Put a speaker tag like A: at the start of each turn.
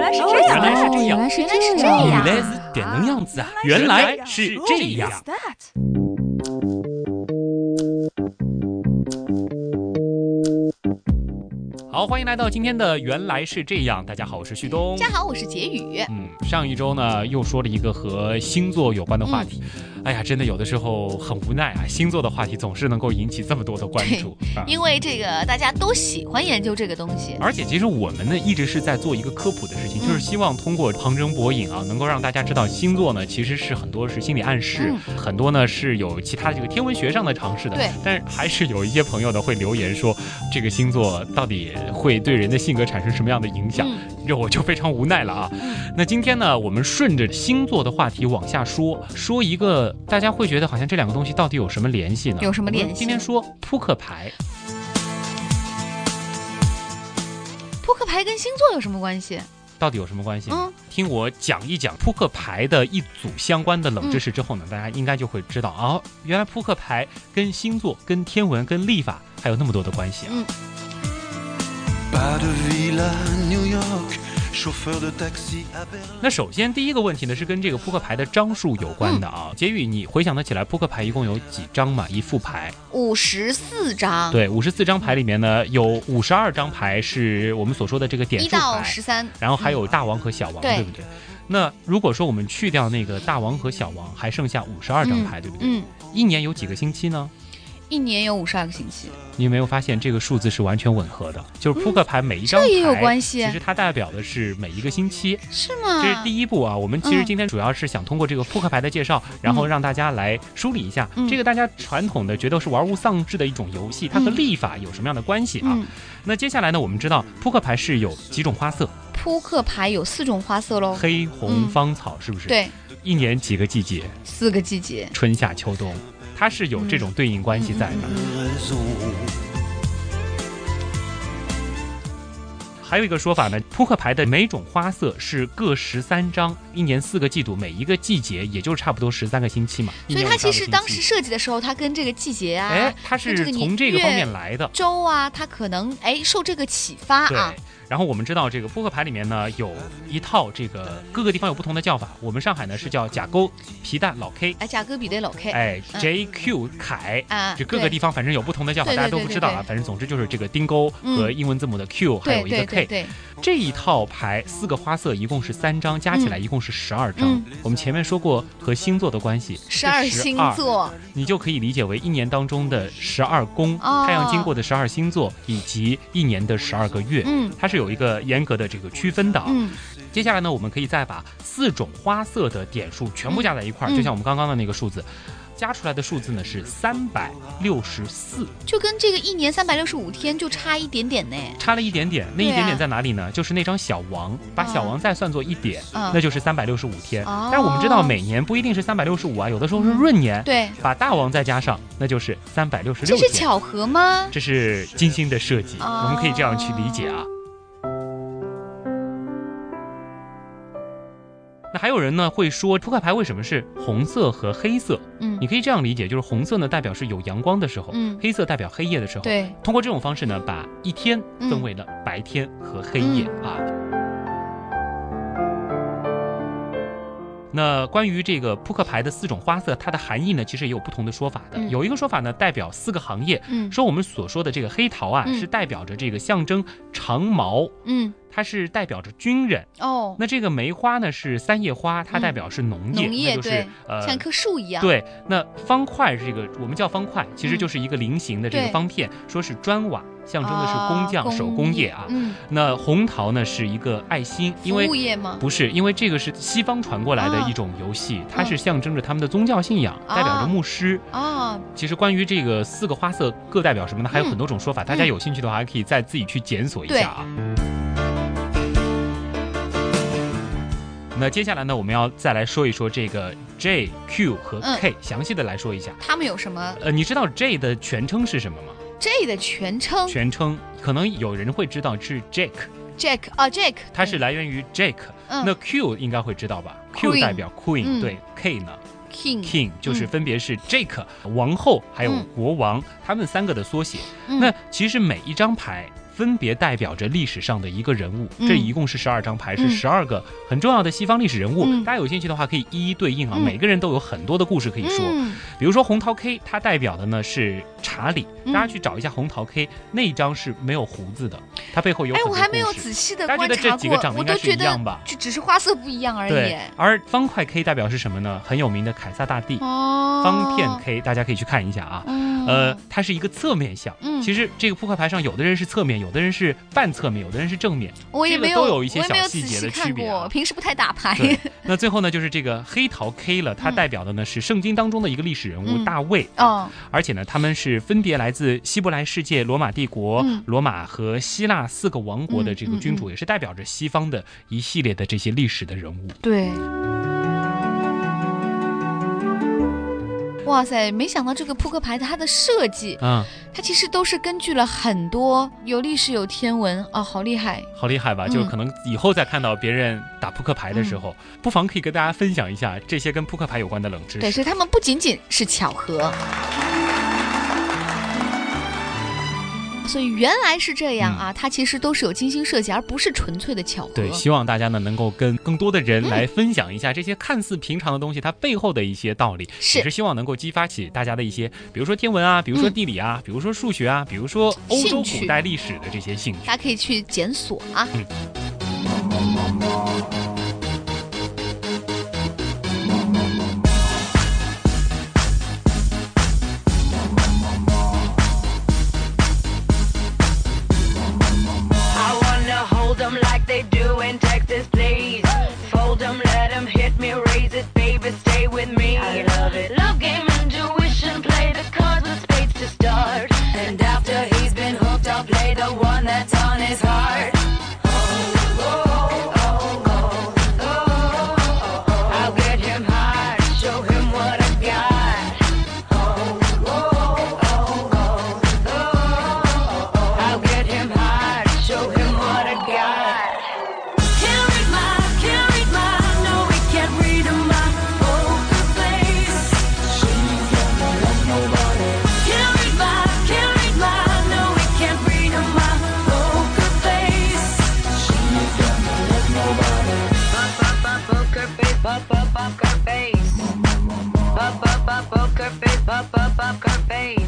A: 来是
B: 哦
A: 这样，
B: 原来是这样
C: 原来是
A: 原来是
C: 这
A: 这样
C: 样。
B: 哦原来是这能样子啊！原来是这样。好，欢迎来到今天的《原来是这样》。大家好，我是旭东。
A: 大家好，我是杰宇。
B: 嗯，上一周呢又说了一个和星座有关的话题。哎呀，真的有的时候很无奈啊，星座的话题总是能够引起这么多的关注啊。
A: 因为这个大家都喜欢研究这个东西，
B: 而且其实我们呢一直是在做一个科普的事情，就是
A: 嗯
B: 希望通过旁征博引啊，能够让大家知道星座呢其实是很多是心理暗示，很多呢是有其他这个天文学上的尝试的。
A: 嗯对，
B: 但是还是有一些朋友呢会留言说，这个星座到底会对人的性格产生什么样的影响？
A: 嗯，
B: 这我就非常无奈了啊。那今天呢，我们顺着星座的话题往下说，说一个大家会觉得好像这两个东西到底有什么联系呢？
A: 有什么联
B: 我
A: 系
B: 们今天说扑克牌，
A: 扑克牌跟星座有什么关系？
B: 到底有什么关系呢？
A: 嗯，
B: 听我讲一讲扑克牌的一组相关的冷
A: 嗯
B: 知识之后呢，大家应该就会知道啊、哦，原来扑克牌跟星座、跟天文、跟历法还有那么多的关系啊。
A: 嗯
D: Pas de villa à New York, chauffeur de taxi à
A: 嗯
D: Berlin.
B: 那首先第一个问题呢是跟这个扑克牌的张数有关的
A: 嗯
B: 啊。杰宇，你回想得起来扑克牌一共有几张嘛？一副牌，
A: 五十四张，
B: 对，五十四张牌里面呢有五十二张牌是我们所说的这个点
A: 一
B: 数
A: 到
B: 牌，
A: 十三，
B: 然后还有大王和小王，
A: 对
B: 对不对？那如果说我们去掉那个大王和小王，还剩下五十二张牌，对不对？
A: 嗯，
B: 一年有几个星期呢？
A: 一年有五十二个星期，
B: 你有没有发现这个数字是完全吻合的？就是扑克牌每一张牌、
A: 嗯这也有关系
B: 其实它代表的是每一个星期。
A: 是吗？
B: 这是第一步啊，我们其实
A: 嗯
B: 今天主要是想通过这个扑克牌的介绍，然后让大家来梳理一下、
A: 嗯
B: 这个大家传统的觉得是玩物丧志的一种游戏，它和
A: 嗯
B: 立法有什么样的关系啊？
A: 嗯，
B: 那接下来呢，我们知道扑克牌是有几种花色，
A: 扑克牌有四种花色喽，
B: 黑、红、
A: 嗯
B: 芳草，是不是？，
A: 对，
B: 一年几个季节，
A: 四个季节，嗯
B: 春夏秋冬，它是有这种对应关系在的。
D: Raison.
B: 还有一个说法呢，扑克牌的每种花色是各十三张，一年四个季度，每一个季节也就是差不多十三个星期嘛。
A: 所以它
B: 它
A: 其实当时，设计的时候，它跟这个季节啊
B: 哎，、它
A: 跟这个
B: 是
A: 你
B: 从这个方
A: 越
B: 面来的。
A: 周啊，它可能哎受这个启发
B: 对
A: 啊，，
B: 然后我们知道这个扑克牌里面呢有一套这个各个地方有不同的叫法，我们上海呢是叫甲沟、皮蛋、老 K，
A: 哎，贾戈比对老 K
B: 哎
A: 嗯
B: ，JQ 凯。
A: 啊，
B: 就各个
A: 对
B: 地方反正有不同的叫法，
A: 对对
B: 大家都
A: 对
B: 不
A: 对
B: 知道
A: 对
B: 啊。反正总之就是这个丁勾
A: 嗯
B: 和英文字母的 Q，还
A: 对
B: 有一个
A: 对
B: K
A: 对。对，
B: 这一套牌四个花色一共是三张，加起来一共是十二张。
A: 嗯
B: 我们前面说过和星座的关系，
A: 十二
B: 这
A: 星
B: 12，
A: 座，
B: 你就可以理解为一年当中的十二宫、
A: 哦
B: 太阳经过的十二星座以及一年的十二个月。
A: 嗯
B: 它是有一个严格的这个区分的啊。
A: 嗯，
B: 接下来呢，我们可以再把四种花色的点数全部加在一块儿，
A: 嗯
B: 就像我们刚刚的那个数字，加出来的数字呢是三百六十四，
A: 就跟这个一年三百六十五天就差一点点呢，
B: 差了一点点。那一
A: 对啊
B: 点点在哪里呢？就是那张小王，把小王再算作一点，那
A: 嗯，
B: 就是三百六十五天。
A: 哦嗯
B: 但是我们知道每年不一定是三百六十五啊，有的时候是闰年，
A: 对，
B: 把大王再加上，那就是三百六十
A: 这
B: 六
A: 是
B: 天。
A: 巧合吗？
B: 这是精心的设计，
A: 哦
B: 我们可以这样去理解啊。那还有人呢会说扑克牌为什么是红色和黑色？
A: 嗯
B: 你可以这样理解，就是红色呢代表是有阳光的时候，
A: 嗯
B: 黑色代表黑夜的时候。
A: 对，
B: 通过这种方式呢，把一天
A: 嗯
B: 分为了白天和黑夜、啊。那关于这个扑克牌的四种花色，它的含义呢，其实也有不同的说法的。
A: 嗯
B: 有一个说法呢，代表四个行业，
A: 嗯
B: 说我们所说的这个黑桃啊，
A: 嗯
B: 是代表着这个象征长矛，
A: 嗯，
B: 它是代表着军人。
A: 哦，
B: 那这个梅花呢是三叶花，它
A: 嗯
B: 代表是农业，
A: 农业
B: 那就是
A: 对
B: 呃
A: 像一棵树一样，
B: 对，那方块这个我们叫方块，其实
A: 嗯
B: 就是一个菱形的这个
A: 对
B: 方片，说是砖瓦，象征的是工匠、
A: 啊
B: 手工业啊。
A: 嗯，
B: 那红桃呢是一个爱心，因为
A: 服务业吗？
B: 不是，因为这个是西方传过来的
A: 啊
B: 一种游戏，它
A: 嗯
B: 是象征着他们的宗教信仰，代表着
A: 啊
B: 牧师。
A: 啊，
B: 其实关于这个四个花色各代表什么呢，还有
A: 嗯
B: 很多种说法，大家有兴趣的话还可以再自己去检索一下啊。那接下来呢，我们要再来说一说这个 J、Q 和
A: 嗯
B: K，、详细的来说一下。
A: 他们有什么
B: 呃，你知道 J 的全称是什么吗？
A: ？J 的全称
B: 全称可能有人会知道是 Jack，
A: Jack 啊，Jack，
B: 它是来源于 Jake。
A: 嗯
B: 那 Q 应该会知道吧？Q
A: Queen
B: 代表 Queen，、
A: 嗯
B: 对 K 呢
A: King，
B: King 就是分别是 Jake 王后还有
A: 嗯
B: 国王、他们三个的缩写。
A: 嗯
B: 那其实每一张牌分别代表着历史上的一个人物。
A: 嗯
B: 这一共是十二张牌，是
A: 嗯
B: 十二个很重要的西方历史人物。
A: 嗯
B: 大家有兴趣的话，可以一一对应啊，
A: 嗯
B: 每个人都有很多的故事可以说。
A: 嗯
B: 比如说红桃 K，它代表的呢是查理，
A: 嗯
B: 大家去找一下红桃 K 那一张是没有胡子的，它背后有
A: 哎
B: 很，多
A: 我还没有
B: 故事
A: 仔细的
B: 大家
A: 观
B: 觉得这
A: 察
B: 几
A: 过
B: 个长，得
A: 我
B: 应该
A: 都
B: 是
A: 觉
B: 一样
A: 得
B: 吧？
A: 就只是花色不一样而已
B: 对。，而方块 K 代表是什么呢？很有名的凯撒大帝，
A: 哦，
B: 方片 K，大家可以去看一下啊。
A: 嗯，
B: 呃，它是一个侧面像。
A: 嗯
B: 其实这个扑克牌上，有的人是侧面，有的人是半侧面，有的人是正面。
A: 我也
B: 这个
A: 没
B: 都
A: 有，
B: 有一些
A: 我也没
B: 小
A: 有
B: 细
A: 仔
B: 节
A: 细
B: 的
A: 看
B: 区别
A: 过
B: 啊
A: 平时不太打牌。
B: 对，那最后呢，就是这个黑桃 K 了，它
A: 嗯
B: 代表的呢是圣经当中的一个历史人物
A: 嗯
B: 大卫。
A: 哦，
B: 而且呢，他们是分别来自希伯来世界、罗马帝国、
A: 嗯
B: 罗马和希腊四个王国的这个君主，
A: 嗯
B: 也是代表着西方的一系列的这些历史的人物。
A: 对。哇塞，没想到这个扑克牌它的设计，
B: 嗯，
A: 它其实都是根据了很多有历史有天文啊，好厉害！
B: 好厉害吧？
A: 嗯
B: 就是可能以后再看到别人打扑克牌的时候，不妨可以跟大家分享一下这些跟扑克牌有关的冷知
A: 对，
B: 识。
A: 所以他们不仅仅是巧合。所以原来是这样啊，它其实都是有精心设计，而不是纯粹的巧合。
B: 对，希望大家呢能够跟更多的人来分享一下这些看似平常的东西，它背后的一些道理，
A: 是
B: 也是希望能够激发起大家的一些，比如说天文啊，比如说地理啊，比如说数学啊，比如说欧洲
A: 兴趣
B: 古代历史的这些兴趣。
A: 大家可以去检索啊。
C: I wanna hold 'em like they do in Texas, please. Fold 'em, let 'em hit me, raise it, baby, stay with me. I love it. Love game, intuition, play the cards with spades to start. And after he's been hooked, I'll play the one that's on his heart. I'll get him high, show him what I got. I'll get him high, show him what I got. Can't read my, can't read my, no, he can't read my poker face. Can't read my, can't read my, no, he can't read my poker face. Poker face, poker face. Poker face, poker face.